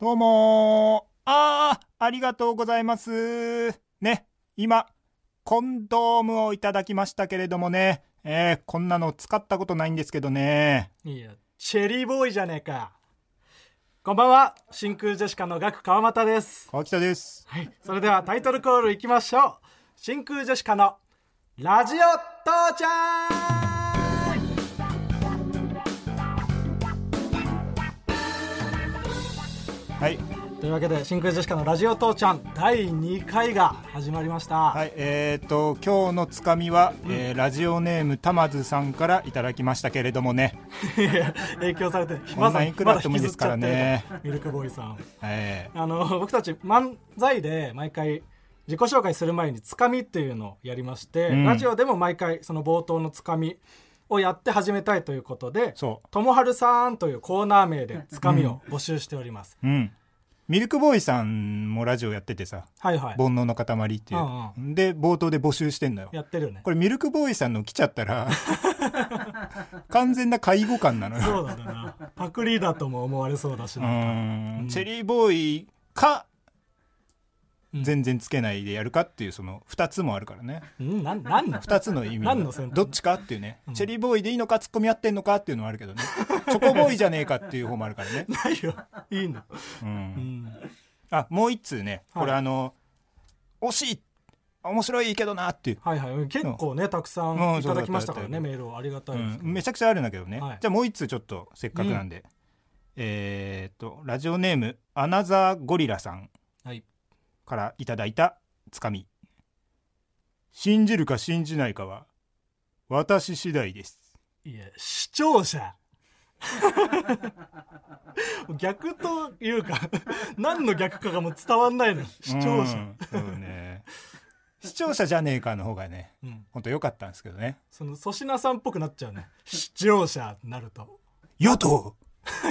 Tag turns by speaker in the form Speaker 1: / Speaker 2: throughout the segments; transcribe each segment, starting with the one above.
Speaker 1: どうもーあー、ありがとうございます。ね、今、コンドームをいただきましたけれどもね、えー、こんなの使ったことないんですけどね。
Speaker 2: いや、チェリーボーイじゃねえか。こんばんは、真空ジェシカのガク川又です。
Speaker 1: 川北です。
Speaker 2: はい、それではタイトルコールいきましょう。真空ジェシカのラジオ父ちゃん
Speaker 1: はい、
Speaker 2: というわけで、真空ジェシカのラジオ父ちゃん第2回が始まりました。
Speaker 1: はい、えーと、今日のつかみは、えーラジオネームたまずさんからいただきましたけれどもね、
Speaker 2: 影響されて、
Speaker 1: こんなんいくらあってもいいですからね
Speaker 2: まだ引きずっちゃってる。ミルクボーイさん。
Speaker 1: え
Speaker 2: あの 僕たち漫才で毎回自己紹介する前につかみっていうのをやりまして、
Speaker 1: うん
Speaker 2: ラジオでも毎回その冒頭のつかみをやって始めたいということで
Speaker 1: ー、そ
Speaker 2: 「ともはるさん」というコーナー名でつかみを募集しております、
Speaker 1: う、うん。ミルクボーイさんもラジオやっててさ、
Speaker 2: はいはい
Speaker 1: 煩悩の塊っていう。
Speaker 2: うん
Speaker 1: で、冒頭で募集してんのよ。
Speaker 2: やってるよね
Speaker 1: これミルクボーイさんの来ちゃった ら完全な介護官なのよ
Speaker 2: そうなんだなパクリだとも思われそうだし
Speaker 1: う
Speaker 2: な、
Speaker 1: ー
Speaker 2: うん
Speaker 1: んチェリーボーイか
Speaker 2: うん
Speaker 1: 全然つけないでやるかっていうその2つもあるからね
Speaker 2: うん、なんなんの
Speaker 1: 2つの意味が
Speaker 2: 何の選択
Speaker 1: どっちかっていうね、
Speaker 2: ん
Speaker 1: チェリーボーイでいいのかツッコミ合ってんのかっていうのはあるけ どねチョコボーイじゃねえかっていう方もあるからね、
Speaker 2: ないよいいの、
Speaker 1: う、
Speaker 2: うんん、
Speaker 1: あもう1通ねこれ
Speaker 2: はい
Speaker 1: あの、惜しい面白いけどなっていう、
Speaker 2: はいはい結構ねたくさ
Speaker 1: うん
Speaker 2: んいただきましたからね
Speaker 1: そうだ
Speaker 2: メールをありがた
Speaker 1: う
Speaker 2: いですけ
Speaker 1: ん、
Speaker 2: ど、
Speaker 1: めちゃくちゃあるんだけどね、
Speaker 2: はい
Speaker 1: じゃあもう1通ちょっとせっかくなんで、えーっとラジオネームアナザーゴリラさん
Speaker 2: はい
Speaker 1: からいただいたつかみ信じるか信じないかは私次第です
Speaker 2: いや、視聴者。 逆というか、 何の逆かがもう伝わんないの。視聴
Speaker 1: う
Speaker 2: 者。
Speaker 1: んそうね 視聴者じゃねえかの方がね
Speaker 2: うん。
Speaker 1: ほんと良かったんですけどね
Speaker 2: その粗品さんっぽくなっちゃうね。視聴者になると。
Speaker 1: 与党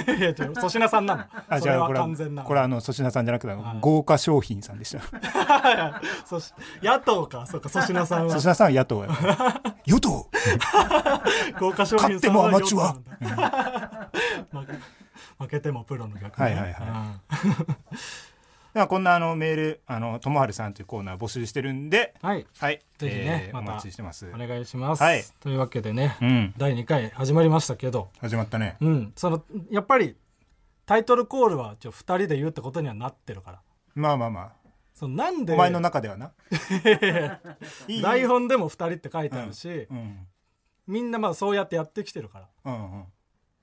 Speaker 2: いや、違う粗品さんなの。
Speaker 1: あ
Speaker 2: そ
Speaker 1: じ
Speaker 2: れ
Speaker 1: ゃあ
Speaker 2: は
Speaker 1: これは
Speaker 2: 完全なの。
Speaker 1: これはあの粗品さんじゃなくてあの
Speaker 2: はい
Speaker 1: 豪華商品さんでした
Speaker 2: そし野党か、そうか、粗品さんは
Speaker 1: 粗。品さんは野党や 与党
Speaker 2: 豪華賞
Speaker 1: 勝ってもアマチュア
Speaker 2: 負け負けてもプロの逆、
Speaker 1: はいはいはではこんなあのメール「あのともはるさん」というコーナー募集してるんで
Speaker 2: うんはい。
Speaker 1: はい
Speaker 2: ぜひね
Speaker 1: えー
Speaker 2: また
Speaker 1: お待ちしてます
Speaker 2: お願いします。
Speaker 1: はい
Speaker 2: というわけでね、
Speaker 1: うん
Speaker 2: 第2回始まりましたけど、
Speaker 1: 始まったね
Speaker 2: うん、そのやっぱりタイトルコールはちょ2人で言うってことにはなってるから
Speaker 1: まあまあま
Speaker 2: そのなん
Speaker 1: あ
Speaker 2: で
Speaker 1: お前の中で はないい
Speaker 2: 台本でも2人って書いてあるし、
Speaker 1: うん
Speaker 2: みんなまあそうやってやってきてるか
Speaker 1: うんうん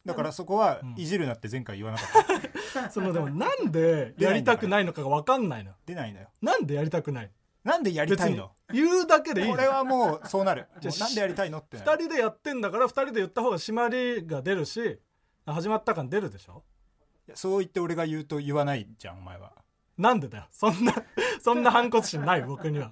Speaker 1: だからそこは
Speaker 2: うん
Speaker 1: いじるなって前回言わなかった
Speaker 2: らそのでもなんでやりたくないのかが分かんないのよ
Speaker 1: 出ないのよ
Speaker 2: なんでやりたくない
Speaker 1: なんでやりたいの
Speaker 2: 別に言うだけでいい
Speaker 1: こ
Speaker 2: の
Speaker 1: れはもうそうなる
Speaker 2: じゃあ
Speaker 1: もうなんでやりたいのってなる
Speaker 2: 2人でやってんだから2人で言った方が締まりが出るし始まった感出るでしょ
Speaker 1: いやそう言って俺が言うと言わないじゃんお前は
Speaker 2: なんでだよそんな そんな反骨心ない僕 には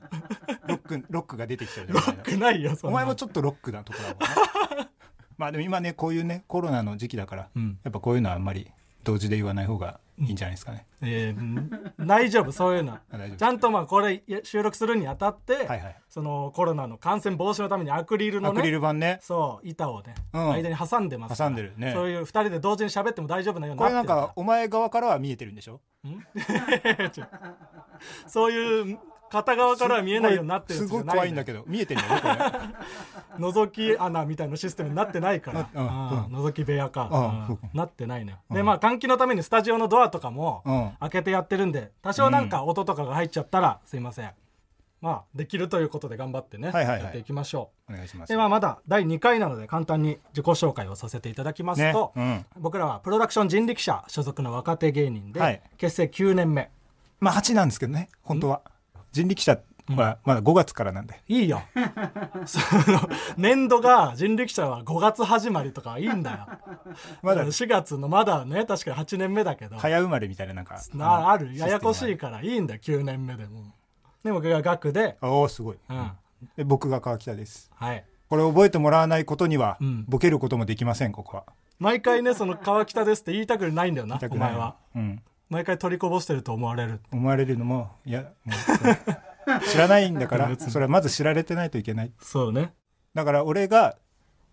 Speaker 1: ロック ロックが出てきちゃうじゃん
Speaker 2: ロ
Speaker 1: お前
Speaker 2: ッ
Speaker 1: の
Speaker 2: クないよそ
Speaker 1: お
Speaker 2: んな
Speaker 1: 前もちょっとロックなとこだもんね まあでも今ねこういうねコロナの時期だから
Speaker 2: うん
Speaker 1: やっぱこういうのはあんまり同時で言わない方がいいんじゃないですかね
Speaker 2: えーん 大丈夫そういうの
Speaker 1: あ大丈夫
Speaker 2: ちゃんとまあこれや収録するにあたって、
Speaker 1: はいはい
Speaker 2: そのコロナの感染防止のためにアクリルの
Speaker 1: アクリ
Speaker 2: ね
Speaker 1: ル板ね
Speaker 2: そう板をね、
Speaker 1: うん
Speaker 2: 間に挟んでますから
Speaker 1: 挟んでるね
Speaker 2: そういう2人で同時に喋っても大丈夫なように
Speaker 1: こ
Speaker 2: な
Speaker 1: れ
Speaker 2: って
Speaker 1: なん
Speaker 2: る
Speaker 1: かお前側からは見えてるんでしょ
Speaker 2: らそういう片側からは見えないようになってる
Speaker 1: す
Speaker 2: やつじ
Speaker 1: ご
Speaker 2: ゃ
Speaker 1: い
Speaker 2: な
Speaker 1: 怖いんだけど見えてるんだよねこれ
Speaker 2: 覗き穴みたいなシステムになってないから、
Speaker 1: なうん
Speaker 2: うん覗き部屋か、
Speaker 1: うん
Speaker 2: うん
Speaker 1: そうか
Speaker 2: なってないのよ、
Speaker 1: う
Speaker 2: で
Speaker 1: ん
Speaker 2: まあ換気のためにスタジオのドアとかも
Speaker 1: うん
Speaker 2: 開けてやってるんで多少なんか音とかが入っちゃったらすいません、まあできるということで頑張ってね、
Speaker 1: はいはいはい
Speaker 2: やっていきましょ
Speaker 1: お願いしま
Speaker 2: う
Speaker 1: す
Speaker 2: ではまだ第2回なので簡単に自己紹介をさせていただきます
Speaker 1: ね
Speaker 2: と、
Speaker 1: うん
Speaker 2: 僕らはプロダクション人力車所属の若手芸人で、
Speaker 1: はい
Speaker 2: 結成9年目
Speaker 1: まあ8なんですけどね本当は人力車はまだ5月からなんで
Speaker 2: い いよその年度が人力車は5月始まりとかいいんだよ
Speaker 1: まだ
Speaker 2: 4月のまだね確かに8年目だけど
Speaker 1: 早生まれみたいななんか
Speaker 2: なあるややこし
Speaker 1: シス
Speaker 2: いからいいんだよ9年目でもうで僕が学で
Speaker 1: テムがおおすごい、
Speaker 2: うん
Speaker 1: で僕が川北です
Speaker 2: はい
Speaker 1: これ覚えてもらわないことには、
Speaker 2: うん
Speaker 1: ボケることもできませんここは
Speaker 2: 毎回ねその川北ですって言いたくないんだよな
Speaker 1: 痛
Speaker 2: お
Speaker 1: くない
Speaker 2: 前は
Speaker 1: うん、
Speaker 2: 毎回取りこぼしてると思われる
Speaker 1: 思われるのもいやもう知らないんだからそれはまず知られてないといけない
Speaker 2: そうね
Speaker 1: だから俺が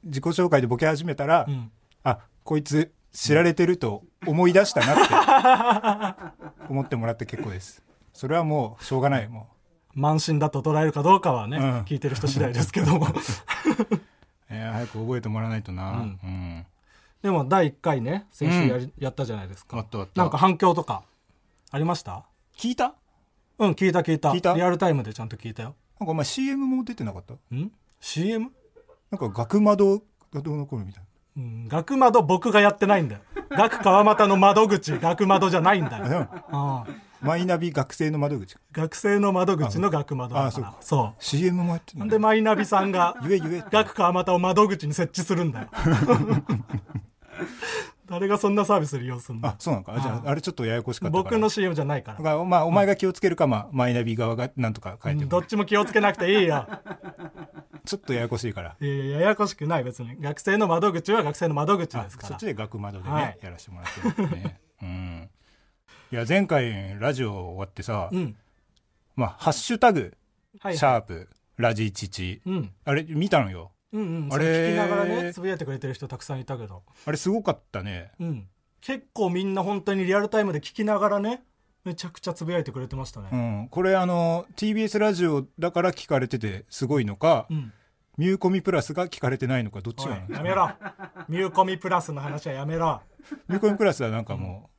Speaker 1: 自己紹介でボケ始めたら、
Speaker 2: うん
Speaker 1: あこいつ知られてると思い出したなっ て思ってもらって結構ですそれはもうしょうがないも
Speaker 2: 満身だと捉えるかどうかはね、
Speaker 1: うん
Speaker 2: 聞いてる人次第ですけ ども
Speaker 1: う、えー早く覚えてもらわないとなうん、
Speaker 2: でも第1回ね先週やり、やったじゃないです
Speaker 1: あ
Speaker 2: か
Speaker 1: ったあった
Speaker 2: なんか反響とかありました
Speaker 1: 聞いた
Speaker 2: うん聞いた聞いた
Speaker 1: 聞いた
Speaker 2: リアルタイムでちゃんと聞いたよ
Speaker 1: なんかお前 CM も出てなかった
Speaker 2: ん CM?
Speaker 1: なんか学窓がどうのこうのみたい
Speaker 2: うん、学窓僕がやってないんだよ。学川又の窓 口、学窓じゃないんだ
Speaker 1: なあで
Speaker 2: よ。
Speaker 1: も
Speaker 2: ああ
Speaker 1: マイナビ学生の窓口か
Speaker 2: 学生の窓口の学窓だ
Speaker 1: あ
Speaker 2: か
Speaker 1: そう
Speaker 2: ら
Speaker 1: か。
Speaker 2: そ
Speaker 1: CM もやって
Speaker 2: う。な
Speaker 1: る
Speaker 2: んでマイナビさんが、
Speaker 1: ゆえゆえ
Speaker 2: 学川又を窓口に設置するん だよ。誰がそんなサービス利用するの
Speaker 1: あそうなのかあじゃああれちょっとややこしかったから
Speaker 2: 僕の CM じゃないから
Speaker 1: だ。からまあお前が気をつけるか、まあ、マイナビ側がなんとか書いてもら
Speaker 2: ど
Speaker 1: う
Speaker 2: っちも気をつけなくてい いよ。
Speaker 1: ちょっとややこしいから
Speaker 2: いやいやややこしくない別に。学生の窓口は学生の窓口ですか
Speaker 1: そっ
Speaker 2: ら
Speaker 1: ち。で学窓でね、
Speaker 2: はい
Speaker 1: やらせてもらってるんです ねうんいや前回ラジオ終わってさ、
Speaker 2: うん。
Speaker 1: まあ「ハッシュタグ、
Speaker 2: はい
Speaker 1: シ。ャープラジチチ
Speaker 2: うん。」
Speaker 1: あれ見たのよ
Speaker 2: うんうん。
Speaker 1: あ
Speaker 2: あ
Speaker 1: れ
Speaker 2: れ聞きながらね、つぶやいてくれてる人たくさんいたけど。
Speaker 1: あれすごかったね
Speaker 2: うん、結構みんな本当にリアルタイムで聞きながらねめちゃくちゃつぶやいてくれてました
Speaker 1: う
Speaker 2: ね、
Speaker 1: ん、これあの TBS ラジオだから聞かれててすごいのか、
Speaker 2: うん
Speaker 1: ミューコミプラスが聞かれてないのかどっち
Speaker 2: おい
Speaker 1: がなの
Speaker 2: やめ ろミューコミプラスの話はやめろ
Speaker 1: ミューコミプラスはなんかも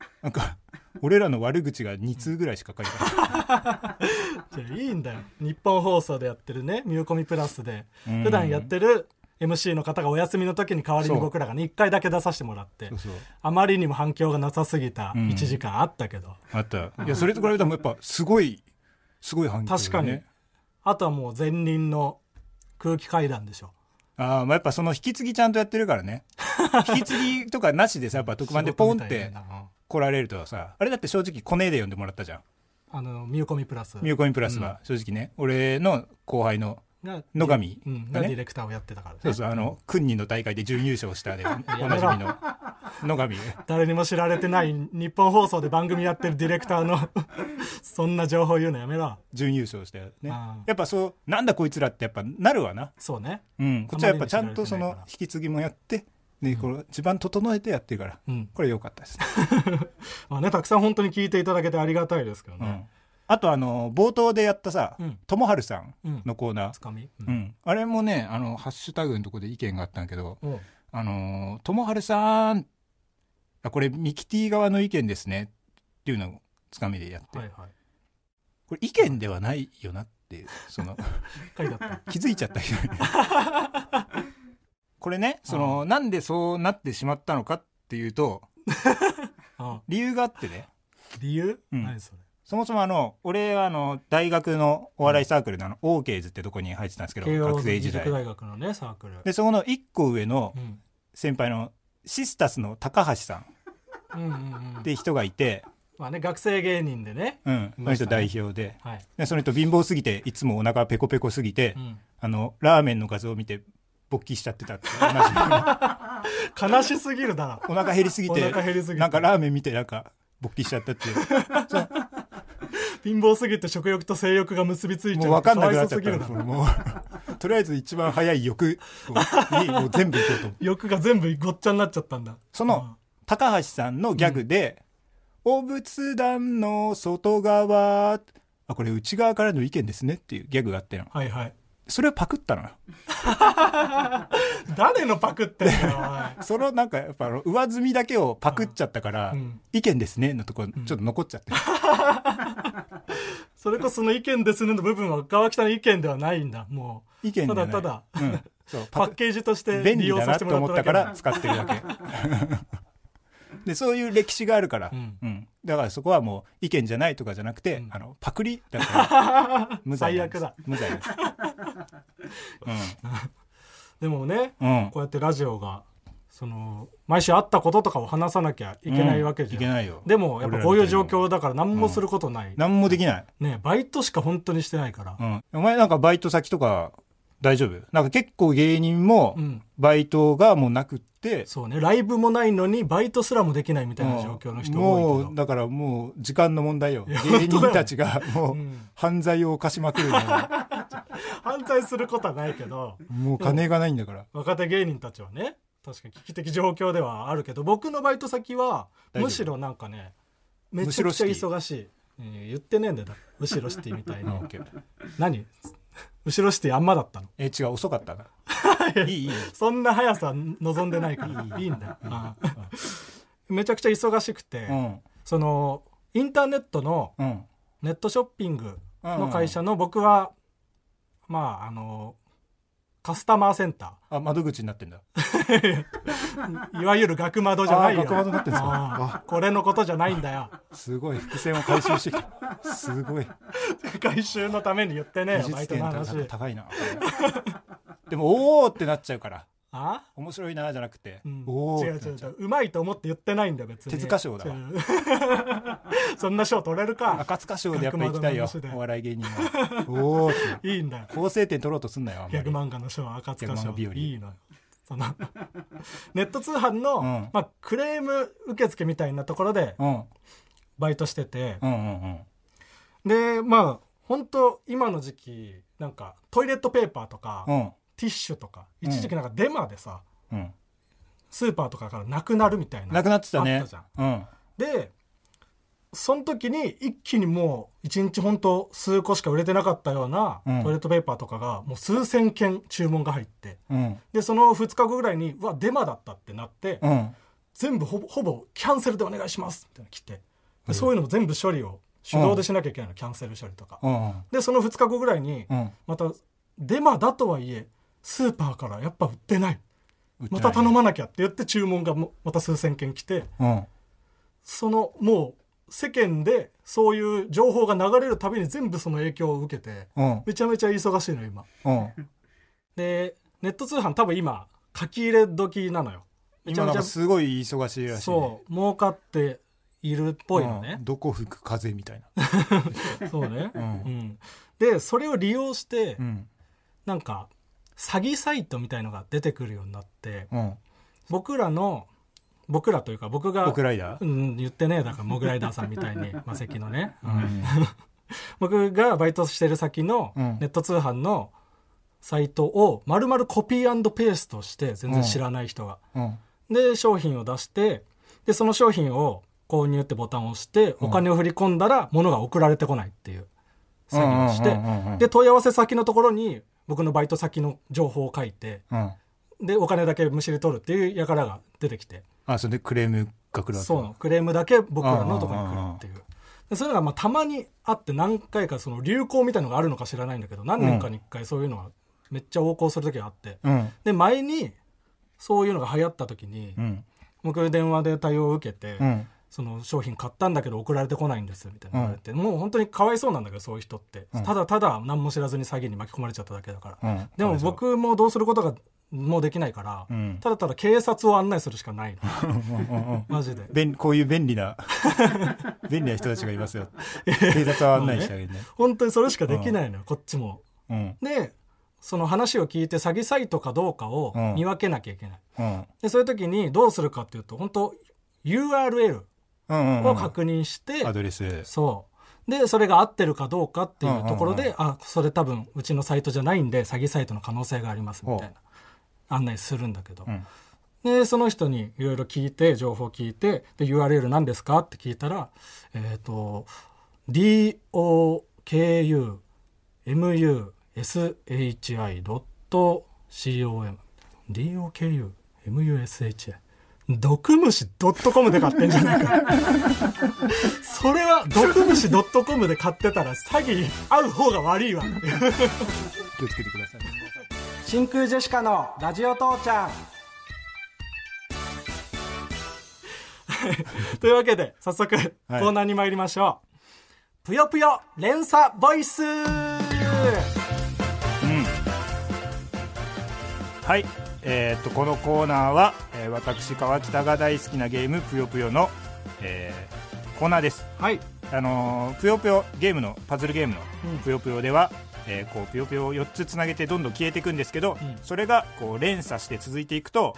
Speaker 1: う、なんか俺らの悪口が2通ぐらいしか書いてない
Speaker 2: じゃあいいんだよ日本放送でやってるねミューコミプラスで
Speaker 1: うん
Speaker 2: 普段やってる MC の方がお休みの時に代わりに僕らがね1回だけ出させてもらって
Speaker 1: そうそう
Speaker 2: あまりにも反響がなさすぎた
Speaker 1: うん
Speaker 2: 1時間あったけど、
Speaker 1: あったいやそれと比べたらもうやっぱすごいすごい反響、ね、
Speaker 2: 確かに、あとはもう前任の空気階段でしょ
Speaker 1: あーまあやっぱその引き継ぎちゃんとやってるから ね引き継ぎとかなしでさやっぱ特番でポンっ
Speaker 2: 仕事み
Speaker 1: て
Speaker 2: たいなうん
Speaker 1: 来られるとさあれだって正直コネで呼んでもらったじゃん
Speaker 2: あのミューコミプラス
Speaker 1: ミューコミプラスは正直ね、俺の後輩の
Speaker 2: が
Speaker 1: 野上がね、
Speaker 2: うん、がディレクターをやってたからね
Speaker 1: そうそうあの訓人の大会で準優勝 したでお
Speaker 2: めろ
Speaker 1: なじみの野上
Speaker 2: 誰にも知られてない日本放送で番組やってるディレクタ ーのそんな情報言うのやめろ
Speaker 1: 準優勝したよね
Speaker 2: あー
Speaker 1: やっぱそうなんだこいつらってやっぱなるわな
Speaker 2: そうね
Speaker 1: うん、こっちはやっぱちゃんとそ
Speaker 2: あ
Speaker 1: の
Speaker 2: まりにも知られてないから
Speaker 1: 引き継ぎもやって、ね、この地盤整えてやってるから、
Speaker 2: うん
Speaker 1: これ良かったですね。
Speaker 2: まあねたくさん本当に聞いていただけてありがたいですけど
Speaker 1: う
Speaker 2: ね
Speaker 1: ん、あとあの冒頭でやったさ
Speaker 2: うん
Speaker 1: ともはるさん
Speaker 2: うん
Speaker 1: のコーナー
Speaker 2: つ、かみ
Speaker 1: うんあれもねあのハッシュタグのとこで意見があったんだけど
Speaker 2: うんお
Speaker 1: 「あのともはるさんあこれミキティ側の意見ですね」っていうのをつかみでやって、
Speaker 2: はいはい
Speaker 1: これ意見ではないよなっていうそ の
Speaker 2: 書いてあった
Speaker 1: 気づいちゃった人 にこれねそのなんでそうなってしまったのかっていうと
Speaker 2: あ
Speaker 1: 理由があってね
Speaker 2: 理由、
Speaker 1: うん
Speaker 2: 何それ
Speaker 1: そもそもあの俺はあの大学のお笑いサークルのあのオーケーズってとこに入ってたんですけど
Speaker 2: 慶応
Speaker 1: 学
Speaker 2: 義
Speaker 1: 生時
Speaker 2: 塾
Speaker 1: 代
Speaker 2: 大学のねサークル
Speaker 1: でそこの1個上の
Speaker 2: うん
Speaker 1: 先輩のシスタスの高橋さん
Speaker 2: うんうんうん
Speaker 1: って人がいて、
Speaker 2: まあね学生芸人でね
Speaker 1: うん、その人代表で
Speaker 2: はい、
Speaker 1: でその人貧乏すぎていつもお腹ペコペコすぎて、
Speaker 2: うん、
Speaker 1: あのラーメンの画像を見て勃起しちゃってたっていう話
Speaker 2: 悲しすぎるだろ
Speaker 1: お腹減りすぎ
Speaker 2: お
Speaker 1: て
Speaker 2: 腹減りすぎて
Speaker 1: なんかラーメン見てなんか勃起しちゃった っていう
Speaker 2: 貧乏すぎて食欲と性欲が結びついちゃう
Speaker 1: もう分かんなくなっちゃっ
Speaker 2: かわいそうすぎ
Speaker 1: た
Speaker 2: る
Speaker 1: の
Speaker 2: だろ
Speaker 1: もうとりあえず一番早い欲にもう全部いこうと思って。
Speaker 2: 欲が全部ごっちゃになっちゃったんだ
Speaker 1: その高橋さんのギャグで「お仏壇の外側」あこれ内側からの意見ですねっていうギャグがあっての
Speaker 2: はいはい
Speaker 1: それをパクったのよ
Speaker 2: 誰のパクってんだよおい
Speaker 1: そのなんかやっぱあの上積みだけをパクっちゃった から「
Speaker 2: うん
Speaker 1: 意見ですね」のところちょっと残っちゃっ て、
Speaker 2: それこそその意見ですねの部分は川北の意見ではないんだもう
Speaker 1: 意見じゃない
Speaker 2: ただただ、
Speaker 1: うん、そう
Speaker 2: パ
Speaker 1: パ
Speaker 2: ッ
Speaker 1: ク
Speaker 2: ケージとして
Speaker 1: 便
Speaker 2: 利
Speaker 1: 利
Speaker 2: 用
Speaker 1: だ
Speaker 2: さ
Speaker 1: な
Speaker 2: せて
Speaker 1: と
Speaker 2: もら
Speaker 1: 思
Speaker 2: った
Speaker 1: っ
Speaker 2: だ
Speaker 1: た
Speaker 2: け
Speaker 1: か
Speaker 2: だ
Speaker 1: ら使ってるだけ でそういう歴史があるから、
Speaker 2: うん
Speaker 1: うんだからそこはもう意見じゃないとかじゃなくて、
Speaker 2: うん
Speaker 1: あのパクリだから 無罪なんです
Speaker 2: 最悪だ
Speaker 1: 無罪です、
Speaker 2: でもね
Speaker 1: うんうん、
Speaker 2: こうやってラジオがその毎週会ったこととかを話さなきゃいけないわけじ
Speaker 1: い
Speaker 2: ゃ
Speaker 1: け
Speaker 2: ん、
Speaker 1: ないよ
Speaker 2: でもやっぱこういう状況
Speaker 1: だ
Speaker 2: だから何もすることない、
Speaker 1: 何もできない、
Speaker 2: ねバイトしか本当にしてないから
Speaker 1: うん、お前なんかバイト先とか大丈夫なんか結構芸人も
Speaker 2: うん
Speaker 1: バイトがもうなくって、
Speaker 2: そうねライブもないのにバイトすらもできないみたいな状況の人多いけど
Speaker 1: もうだからもう時間の問題よ芸人たちがもう犯罪を犯しまくるのは
Speaker 2: 反対することはないけど
Speaker 1: もう金がないんだから
Speaker 2: 若手芸人たちはね確かに危機的状況ではあるけど僕のバイト先は
Speaker 1: 大丈夫
Speaker 2: むしろなんかねめ
Speaker 1: む
Speaker 2: ち
Speaker 1: し
Speaker 2: ゃ
Speaker 1: ろ
Speaker 2: く
Speaker 1: シ
Speaker 2: ち
Speaker 1: テ
Speaker 2: ゃ
Speaker 1: ィ
Speaker 2: 忙しいうん言ってねえんだよだむしろシティみたい
Speaker 1: あ
Speaker 2: な
Speaker 1: オッケー
Speaker 2: 何むしろシティあんまだったの
Speaker 1: え違う遅かった ないいいい
Speaker 2: そんな速さ望んでないからいいんだよああ めちゃくちゃ忙しくて、
Speaker 1: うん
Speaker 2: そのインターネットの
Speaker 1: うん
Speaker 2: ネットショッピング
Speaker 1: うん
Speaker 2: の会社の僕は、まああのカスタマーセンタ
Speaker 1: あ窓口になってんだ
Speaker 2: ーいわゆる学窓じゃないよ
Speaker 1: あ学窓になってんすか
Speaker 2: ああこれのことじゃないんだよ
Speaker 1: すごい伏線を回収してきたすごい
Speaker 2: 回収のために言ってねえ
Speaker 1: 技
Speaker 2: よバイ
Speaker 1: 術
Speaker 2: トの
Speaker 1: 点が
Speaker 2: 話
Speaker 1: 高いなでもおーってなっちゃうから
Speaker 2: あ、
Speaker 1: 面白いなじゃなくて、
Speaker 2: うん、
Speaker 1: おお
Speaker 2: 違う違う違ううまいと思って言ってないんだよ別に
Speaker 1: 手塚賞だわ
Speaker 2: 違う そんな賞取れるか
Speaker 1: 赤塚賞でやっぱ行きたいよ
Speaker 2: 学窓の話で
Speaker 1: お笑い芸人はおおって
Speaker 2: いいんだよ
Speaker 1: 構成点取ろうとすんなよあん
Speaker 2: ギ
Speaker 1: ま
Speaker 2: ャグ
Speaker 1: り
Speaker 2: 漫画の賞赤塚
Speaker 1: ギャグ
Speaker 2: 賞
Speaker 1: 漫画日和
Speaker 2: いいのよその ネット通販の、
Speaker 1: うん
Speaker 2: まあ、クレーム受付みたいなところで
Speaker 1: うん
Speaker 2: バイトしてて、
Speaker 1: うんうんうん
Speaker 2: でまあ本当今の時期なんかトイレットペーパーとか、
Speaker 1: うん
Speaker 2: ティッシュとか
Speaker 1: うん
Speaker 2: 一時期なんかデマでさ、
Speaker 1: うん
Speaker 2: スーパーとかからなくなるみたいな
Speaker 1: なくなってたね
Speaker 2: あったじゃん
Speaker 1: うん
Speaker 2: でその時に一気にもう一日本当数個しか売れてなかったような
Speaker 1: うん
Speaker 2: トイレットペーパーとかがもう数千件注文が入って
Speaker 1: うん
Speaker 2: でその2日後ぐらいにうわデマだったってなって、
Speaker 1: うん
Speaker 2: 全部ほぼほぼキャンセルでお願いしますみたいなの来てで、
Speaker 1: うん
Speaker 2: そういうのも全部処理を手動でしなきゃいけないの、キャンセル処理とか、
Speaker 1: うん
Speaker 2: でその2日後ぐらいに
Speaker 1: うん
Speaker 2: またデマだとはいえスーパーからやっぱ売ってないまた頼
Speaker 1: む
Speaker 2: まなきゃって言って注文がもまた数千件来て
Speaker 1: うん
Speaker 2: そのもう世間でそういう情報が流れるたびに全部その影響を受けて
Speaker 1: うん
Speaker 2: めちゃめちゃ忙しいの今
Speaker 1: うん
Speaker 2: でネット通販多分今書き入れ時なのよめちゃ
Speaker 1: 今
Speaker 2: め
Speaker 1: なんか
Speaker 2: ちゃ
Speaker 1: すごい忙しいらしい、ね、
Speaker 2: そう儲かっているっぽいのね、
Speaker 1: うんどこ吹く風みたいな
Speaker 2: そうね、
Speaker 1: う
Speaker 2: うんんでそれを利用して、
Speaker 1: うん
Speaker 2: なんか詐欺サイトみたいのが出てくるようになって
Speaker 1: うん
Speaker 2: 僕らの僕らというか僕が
Speaker 1: 僕ライダー
Speaker 2: うん、言ってねえだからモグライダーさんみたいに マセキのね、
Speaker 1: う
Speaker 2: うん
Speaker 1: ん
Speaker 2: 僕がバイトしてる先の
Speaker 1: うん
Speaker 2: ネット通販のサイトを丸々コピーペーストして全然知らない人が、
Speaker 1: うん
Speaker 2: で商品を出してでその商品を購入ってボタンを押して
Speaker 1: うん
Speaker 2: お金を振り込んだら物が送られてこないっていう詐欺をして
Speaker 1: うんうんうんうん
Speaker 2: で問い合わせ先のところに僕のバイト先の情報を書いて
Speaker 1: うん
Speaker 2: でお金だけむしり取るっていう輩が出てきて
Speaker 1: あそれでクレームが来るわけ
Speaker 2: そうなのクレームだけ僕らのとこに来るっていうでそういうのがまあたまにあって何回かその流行みたいのがあるのか知らないんだけど何年かに1回そういうのがめっちゃ横行する時があって
Speaker 1: うん
Speaker 2: で前にそういうのが流行った時に
Speaker 1: うん
Speaker 2: 僕電話で対応を受けて、
Speaker 1: うん
Speaker 2: その商品買ったんだけど送られてこないんですみたいな言われて、もう本当にかわいそうなんだけどそういう人って、
Speaker 1: うん
Speaker 2: ただただ何も知らずに詐欺に巻き込まれちゃっただけだから、
Speaker 1: うん
Speaker 2: でも僕もどうすることがもうできないから、
Speaker 1: うん
Speaker 2: ただただ警察を案内するしかないのマジで
Speaker 1: 便こういう便利 な便利な人たちがいますよ警察は案内してあげるね
Speaker 2: 本当にそれしかできないのよ、こっちも
Speaker 1: うん
Speaker 2: でその話を聞いて詐欺サイトかどうかを
Speaker 1: うん
Speaker 2: 見分けなきゃいけない、
Speaker 1: うん
Speaker 2: でそういう時にどうするかっていうと本当 URL
Speaker 1: うんうんう
Speaker 2: を
Speaker 1: ん
Speaker 2: 確認して、
Speaker 1: アドレス
Speaker 2: そうでそれが合ってるかどうかっていうところで、
Speaker 1: うんう
Speaker 2: あそれ多分うちのサイトじゃないんで詐欺サイトの可能性がありますみたい
Speaker 1: ほ
Speaker 2: な案内するんだけど、
Speaker 1: うん
Speaker 2: でその人にいろいろ聞いて情報聞いてで URL 何ですかって聞いたらえっ、と DOKUMUSHI.com DOKUMUSHI 毒虫 .com で買ってんじゃないか それは毒虫 .com で買ってたら詐欺に合う方が悪いわ
Speaker 1: 気をつけてください
Speaker 2: 真空ジェシカのラジオ父ちゃん というわけで早速コ
Speaker 1: はい
Speaker 2: ーナーに参りましょう、ぷよぷよ連鎖ボイス
Speaker 1: はい、えーっとこのコーナーは、えー私川北が大好きなゲームぷよぷよの、えーコーナーです
Speaker 2: はい
Speaker 1: あのーぷよぷよゲームのパズルゲームの
Speaker 2: うん
Speaker 1: ぷよぷよでは、えーこうぷよぷよを4つつなげてどんどん消えていくんですけど、
Speaker 2: うん
Speaker 1: それがこう連鎖して続いていくと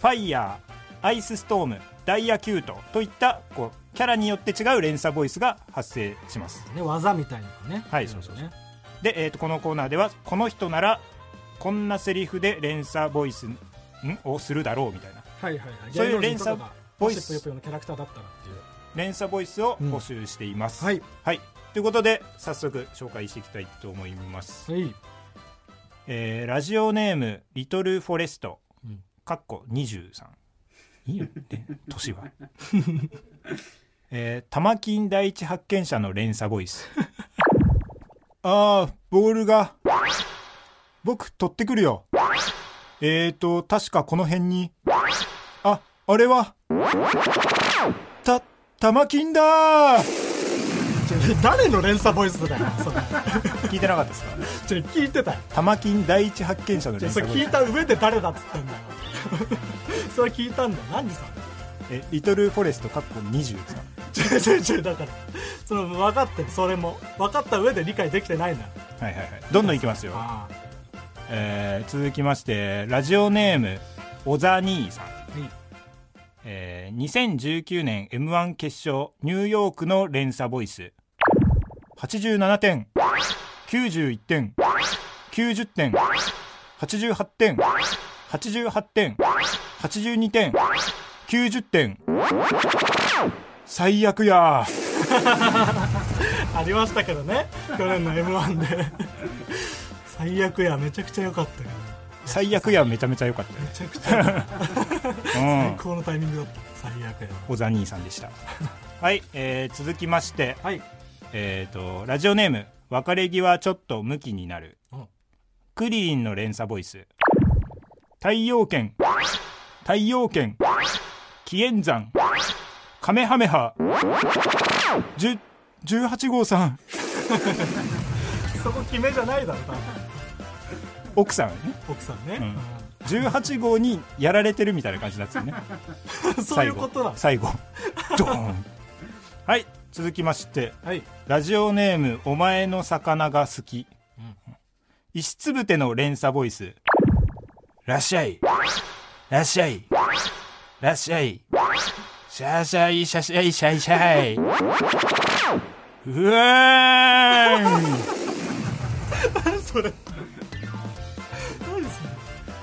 Speaker 1: ファイヤーアイスストームダイヤキュートといったこうキャラによって違う連鎖ボイスが発生します
Speaker 2: ね技みたいなのね
Speaker 1: はい
Speaker 2: ろろ
Speaker 1: そうそう
Speaker 2: ね
Speaker 1: で、えー、とこのコーナーではこの人ならこんなセリフで連鎖ボイスんをするだろうみたいな
Speaker 2: はいはいはい
Speaker 1: そういう
Speaker 2: 芸能人と
Speaker 1: 連鎖ボ
Speaker 2: かがポ
Speaker 1: イ
Speaker 2: シ
Speaker 1: ス
Speaker 2: ップヨッピョのキャラクターだったらっていう
Speaker 1: 連鎖ボイスを募集しています、
Speaker 2: はい
Speaker 1: はいということで早速紹介していきたいと思います
Speaker 2: はい
Speaker 1: えーラジオネームリトルフォレスト
Speaker 2: うん、
Speaker 1: かっこ23いいよね年は えー玉金第一発見者の連鎖ボイス ああボールが僕取ってくるよえーと確かこの辺にああれはた玉金だー
Speaker 2: ちょ誰の連鎖ボイスだよそれ
Speaker 1: 聞いてなかったですか
Speaker 2: ちょ聞いてたよ
Speaker 1: 玉金第一発見者の
Speaker 2: ちょ
Speaker 1: 連
Speaker 2: それ
Speaker 1: 鎖ボイ
Speaker 2: 聞い
Speaker 1: ス
Speaker 2: た上で誰だっつってん だよそれ聞いたんだよ何さ
Speaker 1: えリトルフォレストかっこ23
Speaker 2: ちょちょちょだからその分かってるそれも分かった上で理解できてないんだよ
Speaker 1: はいはいはいどんどんいきますよ
Speaker 2: あ
Speaker 1: えー続きましてラジオネーム小ザ兄さん、
Speaker 2: い
Speaker 1: えー2019年 m 1決勝ニューヨークの連鎖ボイス87点91点90点88点88点82点90点最悪や
Speaker 2: あありましたけどね去年の m 1で最悪やめちゃくちゃ良かったけど
Speaker 1: 最悪やめちゃめちゃ良かったよ
Speaker 2: めちゃくちゃ
Speaker 1: うん
Speaker 2: 最高のタイミングだった最悪や
Speaker 1: 小ザ兄さんでしたはい、えー続きまして
Speaker 2: はい
Speaker 1: えっ、とラジオネーム別れ際ちょっと向きになる、
Speaker 2: うん
Speaker 1: クリーンの連鎖ボイス太陽圏太陽圏紀元山カメハメハ10 18号さん
Speaker 2: そこ決めじゃないだろ多分
Speaker 1: 奥さんね
Speaker 2: 奥さんね、
Speaker 1: 18号にやられてるみたいな感じなんですよね
Speaker 2: うん そういうことだ
Speaker 1: 最後最後ドーンはい続きまして
Speaker 2: はい
Speaker 1: ラジオネームお前の魚が好き、石つぶての連鎖ボイスらっしゃいらっしゃいらっしゃいシャーシャイシャシャイシャイシャイうわーん
Speaker 2: それ何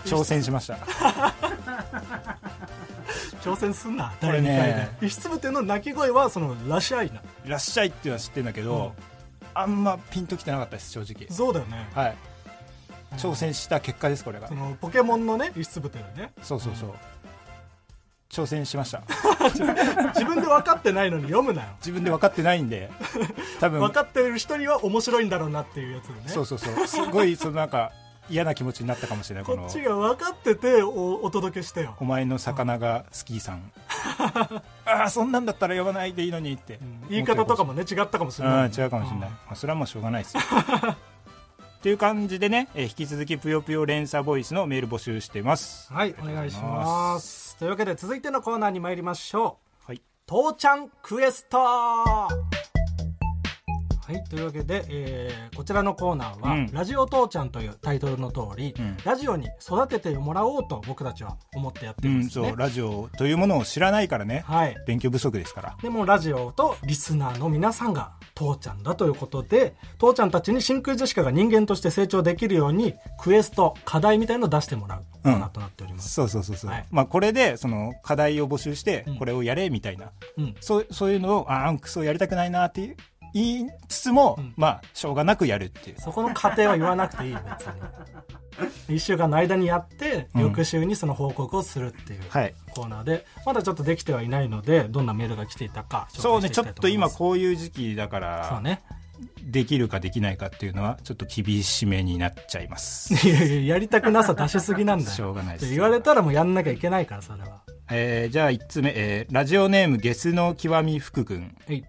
Speaker 2: そ
Speaker 1: 挑戦しました
Speaker 2: れ挑戦すんな
Speaker 1: これ
Speaker 2: 第2
Speaker 1: ね
Speaker 2: 回で石粒亭の鳴き声はそのラシャイな
Speaker 1: らっしゃいっていうのは知ってんだけど、あんまピンときてなかったです正直
Speaker 2: そうだよね
Speaker 1: はい挑戦した結果ですこれが
Speaker 2: そのポケモンのね石粒亭のね
Speaker 1: そうそうそう挑戦しました
Speaker 2: 自分で分かってないのに読むなよ
Speaker 1: 自分で分かってないん で多分
Speaker 2: 分かってる人には面白いんだろうなっていうやつよね
Speaker 1: そうそうそうすごいそのなんか嫌な気持ちになったかもしれないこ
Speaker 2: こ
Speaker 1: の
Speaker 2: っちが分かってておお届けしてよ
Speaker 1: お、前の魚がスキーさ んああそんなんだったら呼ばないでいいのにって、
Speaker 2: うん言い方とかもね違ったかもしれ
Speaker 1: ああ
Speaker 2: ない
Speaker 1: 違うかもしれない、まあ、それはもうしょうがないですよ っていう感じでね、えー引き続きぷよぷよ連鎖ボイスのメール募集してます
Speaker 2: はいお願いしますというわけで続いてのコーナーに参りましょう
Speaker 1: はい
Speaker 2: 父ちゃんクエストはいというわけで、えーこちらのコーナーは「
Speaker 1: うん
Speaker 2: ラジオ父ちゃん」というタイトルの通り、
Speaker 1: ん
Speaker 2: ラジオに育ててもらおうと僕たちは思ってやって
Speaker 1: う
Speaker 2: るん
Speaker 1: ん
Speaker 2: です
Speaker 1: そ
Speaker 2: ね
Speaker 1: う、ラジオというものを知らないからね
Speaker 2: はい
Speaker 1: 勉強不足ですから
Speaker 2: でもラジオとリスナーの皆さんが父ちゃんだということで父ちゃんたちに真空ジェシカが人間として成長できるようにクエスト課題みたいのを出してもらうコーナーとなっております、
Speaker 1: そうそうそうそう、
Speaker 2: はい
Speaker 1: まあこれでその課題を募集してこれをやれみたいな、
Speaker 2: うん、
Speaker 1: そうそういうのをああクソやりたくないなって言いつつも、
Speaker 2: ん
Speaker 1: まあしょうがなくやるっていう
Speaker 2: そこの過程は言わなくていい別に1週間の 間にやって
Speaker 1: うん
Speaker 2: 翌週にその報告をするっていう
Speaker 1: はい
Speaker 2: コーナーでまだちょっとできてはいないのでどんなメールが来ていたか
Speaker 1: そうね
Speaker 2: 紹介し
Speaker 1: ち
Speaker 2: て
Speaker 1: ょ
Speaker 2: いきた
Speaker 1: っ
Speaker 2: い
Speaker 1: と
Speaker 2: 思いま
Speaker 1: 今
Speaker 2: す
Speaker 1: こういう時期だから
Speaker 2: そうね
Speaker 1: できるかできないかっていうのはちょっと厳しめになっちゃいます
Speaker 2: いやいややりたくなさ出しすぎなんだ
Speaker 1: しょう
Speaker 2: よ
Speaker 1: がないです
Speaker 2: 言われたらもうやんなきゃいけないからそれは
Speaker 1: えーじゃあ1つ目、えーラジオネームゲスの極み福君
Speaker 2: はい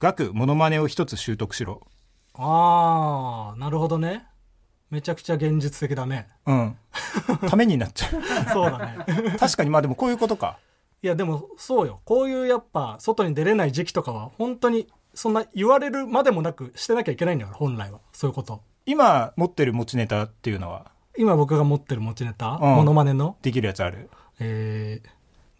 Speaker 1: 学モノマネを一つ習得しろ
Speaker 2: ああなるほどねめちゃくちゃ現実的だね
Speaker 1: うん ためになっちゃ
Speaker 2: そうだね
Speaker 1: う確かにまあでもこういうことか
Speaker 2: いやでもそうよこういうやっぱ外に出れない時期とかは本当にそんな言われるまでもなくしてなきゃいけないんだから本来はそういうこと
Speaker 1: 今持ってる持ちネタっていうのは
Speaker 2: 今僕が持ってる持ちネタ、
Speaker 1: うん
Speaker 2: モノマネの、
Speaker 1: できるやつある
Speaker 2: えー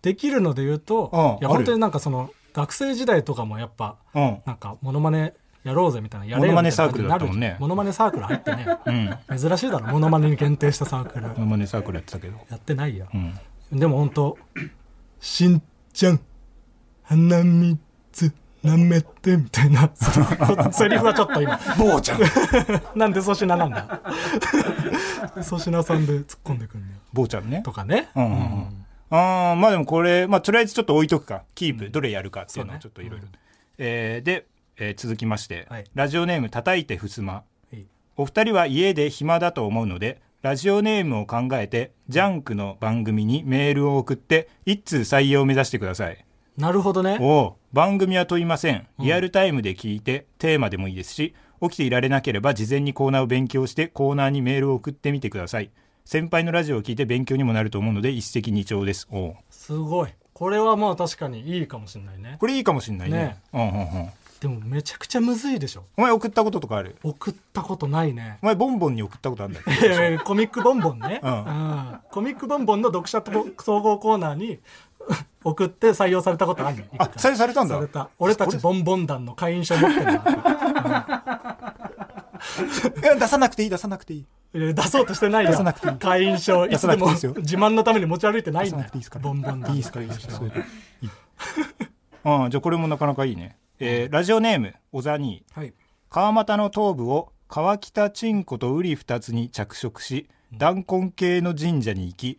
Speaker 2: できるので言うと、
Speaker 1: うん
Speaker 2: いや
Speaker 1: ある
Speaker 2: 本当になんかその学生時代とかもやっぱ
Speaker 1: うん
Speaker 2: なんかモノマネやろうぜみたいなや
Speaker 1: モノ
Speaker 2: れよ
Speaker 1: マ
Speaker 2: み
Speaker 1: ネ
Speaker 2: たい
Speaker 1: サー
Speaker 2: な
Speaker 1: クルだったもんね
Speaker 2: モノマネサークル入ってね
Speaker 1: うん。
Speaker 2: 珍しいだろモノマネに限定したサークル
Speaker 1: モノマネサークルやってたけど。
Speaker 2: やってないよ
Speaker 1: う、ん。
Speaker 2: でも本当しんちゃん花蜜なめてみたいな そのセリフはちょっと今
Speaker 1: 坊ちゃん。
Speaker 2: なんで粗品なんだ 粗品さんで突っ込んでくんだよ
Speaker 1: 坊ちゃんね
Speaker 2: と。かね、
Speaker 1: うんうんうん。あーまあでもこれ、まあとりあえずちょっと置いとくか。キープ、どれやるかっていうのをちょっといろいろ
Speaker 2: そうね。
Speaker 1: えーで、えー続きまして
Speaker 2: はい、
Speaker 1: ラジオネーム叩いてふすま。
Speaker 2: はい
Speaker 1: お二人は家で暇だと思うので、ラジオネームを考えて、ジャンクの番組にメールを送って、一通採用を目指してください。
Speaker 2: なるほどね
Speaker 1: おう番組は問いませんリアルタイムで聞いて、テーマでもいいですし起きていられなければ事前にコーナーを勉強してコーナーにメールを送ってみてください先輩のラジオを聞いて勉強にもなると思うので一石二鳥ですおう
Speaker 2: すごいこれはまあ確かにいいかもしれないね
Speaker 1: これいいかもしんないね
Speaker 2: ね
Speaker 1: うんうんうん
Speaker 2: でもめちゃくちゃむずいでしょ
Speaker 1: お前送ったこととかある
Speaker 2: 送ったことないね
Speaker 1: お前ボンボンに送ったことあるんだ っけ
Speaker 2: いやいや コミックボンボンね、
Speaker 1: うん
Speaker 2: うんコミックボンボンの読者と総合コーナーに送って採用されたことあるの
Speaker 1: あ採用されたんだ
Speaker 2: された俺たちボンボン団の会員証持ってるない
Speaker 1: や出さなくていい出さなくていい
Speaker 2: いや出そうとしてないよ
Speaker 1: 出さなくていい
Speaker 2: 会員証い
Speaker 1: 出
Speaker 2: つ
Speaker 1: さな
Speaker 2: で
Speaker 1: くてい
Speaker 2: も
Speaker 1: いですよ
Speaker 2: 自慢のために持ち歩いてな
Speaker 1: 出
Speaker 2: いん
Speaker 1: さ
Speaker 2: だ
Speaker 1: なく
Speaker 2: よ
Speaker 1: ていいですから
Speaker 2: ボンボン団
Speaker 1: いいですからいいですからそういうのいいああじゃあこれもなかなかいいねえーラジオネーム小ザニー
Speaker 2: はい
Speaker 1: 川俣の頭部を川北チンコと瓜二つに着色し断根系の神社に行き、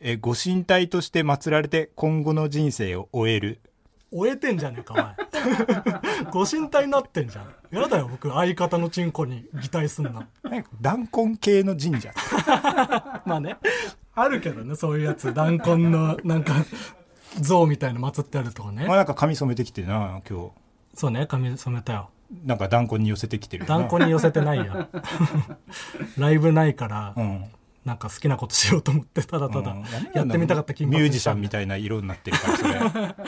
Speaker 1: えご神体として祀られて今後の人生を終える
Speaker 2: 終えてんじゃねえかお前 ご神体になってんじゃんやだよ僕相方のチンコに擬態すんな
Speaker 1: 何断根系の神 社
Speaker 2: まあねあるけどねそういうやつ弾痕のなんか像みたいな祀ってあるとこね
Speaker 1: まあなんか髪染めてきてるな今
Speaker 2: そうね髪染めたよ
Speaker 1: 日なんか断根に寄せてきてるな
Speaker 2: 断固に寄せてな いやライブないから、
Speaker 1: うん
Speaker 2: なんか好きなことしようと思ってただただ、
Speaker 1: うん
Speaker 2: やってみたかった金
Speaker 1: ミュ
Speaker 2: 髪
Speaker 1: ー
Speaker 2: に
Speaker 1: ジ
Speaker 2: し
Speaker 1: シャ
Speaker 2: たん
Speaker 1: ンみ
Speaker 2: だ
Speaker 1: たいな色になってるから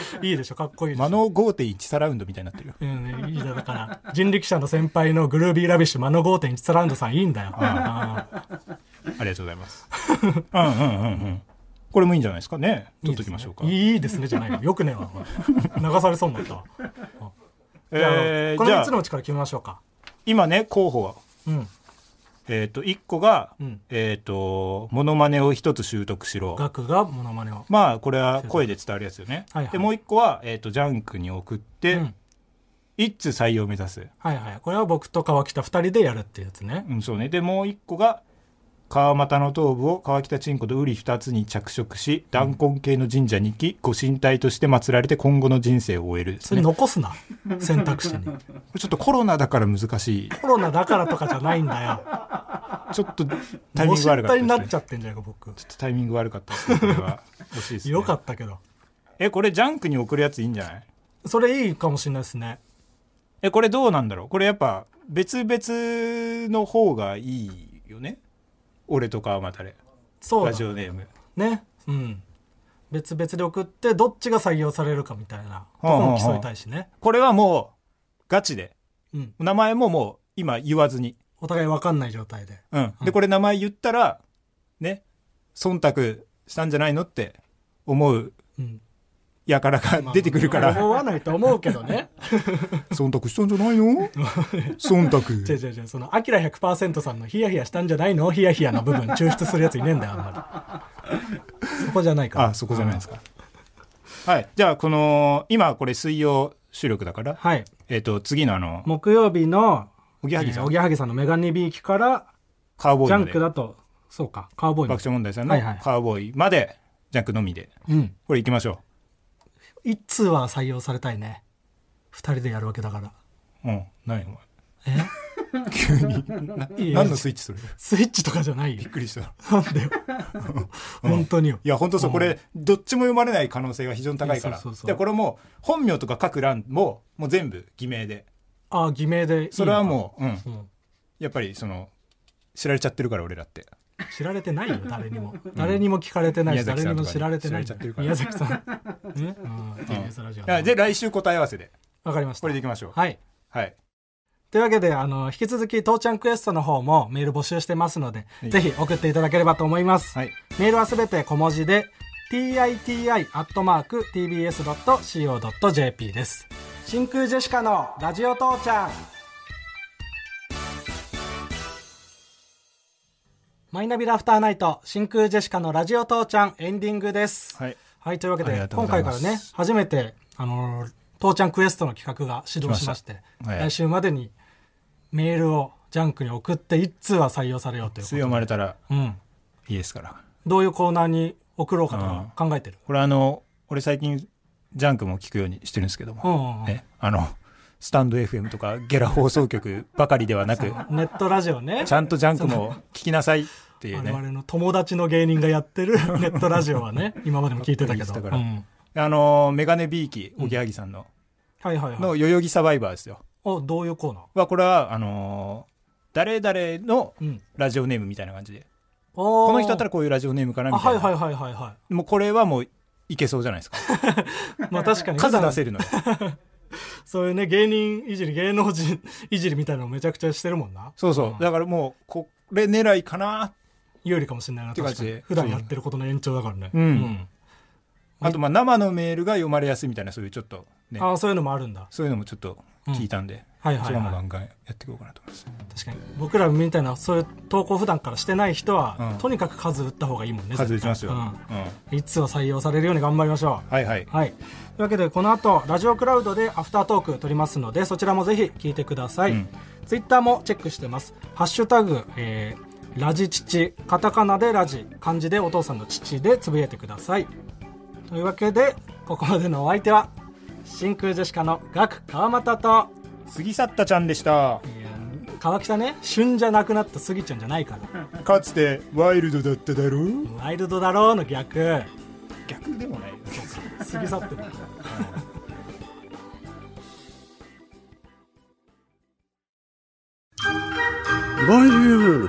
Speaker 1: そ れ
Speaker 2: いいでしょかっこいいでしょ
Speaker 1: 間の5.1サラウンドみたいになってるよ
Speaker 2: うん、いいだだから人力車の先輩のグルービーラビッシュマノ5.1サラウンドさんいいんだよあ
Speaker 1: ありがとうございますうんうんうんうんこれもいいんじゃないですかね
Speaker 2: ー
Speaker 1: 取っときましょうか
Speaker 2: いいですねいいですねじゃないよよくねえわお前流されそうになったわじゃあ、
Speaker 1: えー
Speaker 2: この
Speaker 1: じゃ
Speaker 2: 3
Speaker 1: あ
Speaker 2: つのうちから決めましょうか
Speaker 1: 今ね候補は
Speaker 2: うん
Speaker 1: えっ、と1個が、
Speaker 2: うん
Speaker 1: えっ、とモノマネを1つ習得しろ
Speaker 2: 額がモノマネを
Speaker 1: まあこれは声で伝わるやつよね、
Speaker 2: はいはい
Speaker 1: でもう1個は、えー、とジャンクに送って、
Speaker 2: うん
Speaker 1: 一通採用目指す、
Speaker 2: はいはいこれは僕と川北2人でやるっていうやつね
Speaker 1: うん、そうねでもう1個が川俣の頭部を川北チンコと瓜二つに着色し断根系の神社に行きご神体として祀られて今後の人生を終えるです
Speaker 2: それ
Speaker 1: ねこ
Speaker 2: 残すな選択肢に
Speaker 1: れちょっとコロナだから難しい
Speaker 2: コロナだからとかじゃないんだよ。
Speaker 1: ちょっとタイミング悪かった
Speaker 2: ご心配
Speaker 1: です
Speaker 2: に
Speaker 1: ね
Speaker 2: なっちゃってんじゃないか、僕。
Speaker 1: ちょっとタイミング悪かったですねこれは惜しいですね
Speaker 2: よかったけど。
Speaker 1: えこれジャンクに送るやついいんじゃない
Speaker 2: それいいかもしれないですね。
Speaker 1: えこれどうなんだろうこれやっぱ別々の方がいいよね俺とかはまたれ
Speaker 2: そう
Speaker 1: ラ
Speaker 2: だ
Speaker 1: ジオネーム
Speaker 2: ね。うん。別々で送って、どっちが採用されるかみたいなとこも競いたいしね。
Speaker 1: これはもうガチで
Speaker 2: うん。
Speaker 1: 名前ももう今言わずに
Speaker 2: お互い分かんない状態で。
Speaker 1: うんでこれ名前言ったらね忖度したんじゃないのって思う
Speaker 2: うん。
Speaker 1: やからが出てくるか
Speaker 2: まあ
Speaker 1: ら
Speaker 2: 思わないと思うけどね。
Speaker 1: 忖度したんじゃないの忖
Speaker 2: 違う
Speaker 1: 度
Speaker 2: 違う違う。その、アキラ100%さんのヒヤヒヤしたんじゃないのヒヤヒヤの部分抽出するやついねえんだよ、あんまり。そこじゃないから。
Speaker 1: あそこじゃないですかはいじゃあこの今これ水曜収録だから
Speaker 2: はい。
Speaker 1: えっ、と次のあの
Speaker 2: 木曜日の、
Speaker 1: おぎやはぎさん
Speaker 2: えーおぎやはぎさんのメガニビーキから、
Speaker 1: カウボーイ
Speaker 2: ジャ
Speaker 1: ま
Speaker 2: ン
Speaker 1: で
Speaker 2: クだと、そうか、カウボーイの
Speaker 1: 爆笑問題さん
Speaker 2: は
Speaker 1: の
Speaker 2: いはい
Speaker 1: カウボーイまでジャンクのみで
Speaker 2: うん。
Speaker 1: これ行きましょ
Speaker 2: 一通は採用されたいね。二人でやるわけだから。
Speaker 1: ううん何お
Speaker 2: え
Speaker 1: 前急にない
Speaker 2: や
Speaker 1: 何のスイッチする
Speaker 2: スイッチとかじゃない
Speaker 1: び
Speaker 2: よ
Speaker 1: っ。くりした
Speaker 2: なんだ よ。本当によ。
Speaker 1: いや本当そう
Speaker 2: うん
Speaker 1: これどっちも読まれない可能性が非常に高いか
Speaker 2: いや
Speaker 1: ら
Speaker 2: そうそうそう
Speaker 1: でこれもう本名とか書く欄ももう全部偽名で
Speaker 2: ああ、偽名でいいのか
Speaker 1: それはもううん
Speaker 2: うん、
Speaker 1: やっぱりその知られちゃってるから俺らって
Speaker 2: 知られてないよ、誰にも。誰にも聞かれてないし、
Speaker 1: 宮崎さ
Speaker 2: 誰に
Speaker 1: んとか
Speaker 2: も
Speaker 1: に
Speaker 2: 知られてない。
Speaker 1: 知られちゃってるから
Speaker 2: 宮崎さん。 ねうん。TBS ラジオ
Speaker 1: いやで来週答え合わせで
Speaker 2: わかりました。
Speaker 1: これでいきましょう
Speaker 2: はい。
Speaker 1: はい
Speaker 2: というわけで、あの、引き続き、父ちゃんクエストの方もメール募集してますので、
Speaker 1: はい
Speaker 2: ぜひ送っていただければと思います。
Speaker 1: はい
Speaker 2: メールはすべて小文字で titi.tbs.co.jp です。真空ジェシカのラジオ父ちゃん。マイナビラフターナイト、真空ジェシカのラジオ父ちゃん、エンディングです。
Speaker 1: はい。
Speaker 2: はい、というわけ
Speaker 1: あり
Speaker 2: で
Speaker 1: が、とうご
Speaker 2: 今
Speaker 1: ざ
Speaker 2: 回
Speaker 1: いま
Speaker 2: から
Speaker 1: す
Speaker 2: ね、初めて、あのー父ちゃんクエストの企画が始動しまして、
Speaker 1: ましたはい
Speaker 2: 来週までにメールをジャンクに送って、一通は採用されようということ
Speaker 1: 強まれたら
Speaker 2: うん。
Speaker 1: いいですから。
Speaker 2: どういうコーナーに送ろうかとか考えてる。
Speaker 1: これあの、俺最近、ジャンクも聞くようにしてるんですけど
Speaker 2: うん
Speaker 1: も、
Speaker 2: うんうん、
Speaker 1: ね、あの、スタンド FM とかゲラ放送局ばかりではなく、
Speaker 2: ネットラジオね。
Speaker 1: ちゃんとジャンクも聞きなさいっていう
Speaker 2: 我
Speaker 1: ね。
Speaker 2: 々の友達の芸人がやって るネットラジオはね、今までも聞いてたけ
Speaker 1: 聞
Speaker 2: ど。
Speaker 1: いてたから
Speaker 2: うん
Speaker 1: あの、メガネビーキ、おぎやはぎさんの、
Speaker 2: はいはいはい。
Speaker 1: の代々木サバイバーですよ。
Speaker 2: お、どういうコーナー
Speaker 1: は、これは、あの、誰々の
Speaker 2: うん。
Speaker 1: ラジオネームみたいな感じで、
Speaker 2: こ
Speaker 1: この人だったらこういうラジオネームかな
Speaker 2: あ、
Speaker 1: みた
Speaker 2: はいい
Speaker 1: な。
Speaker 2: はいはいはいは
Speaker 1: もうこれはもういけそうじゃないですか。
Speaker 2: い。まあ確かに、
Speaker 1: 数
Speaker 2: 普段
Speaker 1: 出せるのよ。
Speaker 2: そういうね、芸人いじり、芸能人 いじりみたいなのめちゃくちゃしてるもんな。
Speaker 1: そうそう。だからもう、これ狙いかな。
Speaker 2: 有利かもしれないな、
Speaker 1: てか
Speaker 2: 確かに
Speaker 1: で
Speaker 2: 普段やってることの延長だからね。
Speaker 1: うんあと、まあ、生のメールが読まれやすいみたいな、そういうちょっとね、
Speaker 2: ああ、そういうのもあるんだ。
Speaker 1: そういうのもちょっと聞いたんで、
Speaker 2: はいは
Speaker 1: そ
Speaker 2: い、
Speaker 1: れもガ
Speaker 2: は
Speaker 1: ンガンやっていこうかなと思います。
Speaker 2: い。確かに。僕らみたいな、そういう投稿普段からしてない人は、
Speaker 1: うん
Speaker 2: とにかく数打った方がいいもんね。
Speaker 1: 数打ちますよ。
Speaker 2: う
Speaker 1: うんん。
Speaker 2: いつは採用されるように頑張りましょう。
Speaker 1: はいはい。
Speaker 2: はい。というわけで、この後、ラジオクラウドでアフタートーク撮りますので、そちらもぜひ聞いてください。
Speaker 1: うん
Speaker 2: ツイッターもチェックしてます。ハッシュタグ、えーラジ父、カタカナでラジ、漢字でお父さんの父でつぶやいてください。というわけで、ここまでのお相手は、真空ジェシカのガク川又と、
Speaker 1: 杉去ったちゃんでした。
Speaker 2: えー川北ね、旬じゃなくなったスギちゃんじゃないから。
Speaker 1: かつて、ワイルドだっただろう
Speaker 2: ワイルドだろうの逆。
Speaker 1: 逆でもないよ。
Speaker 2: 過ぎ去ってる。
Speaker 3: ボンジュール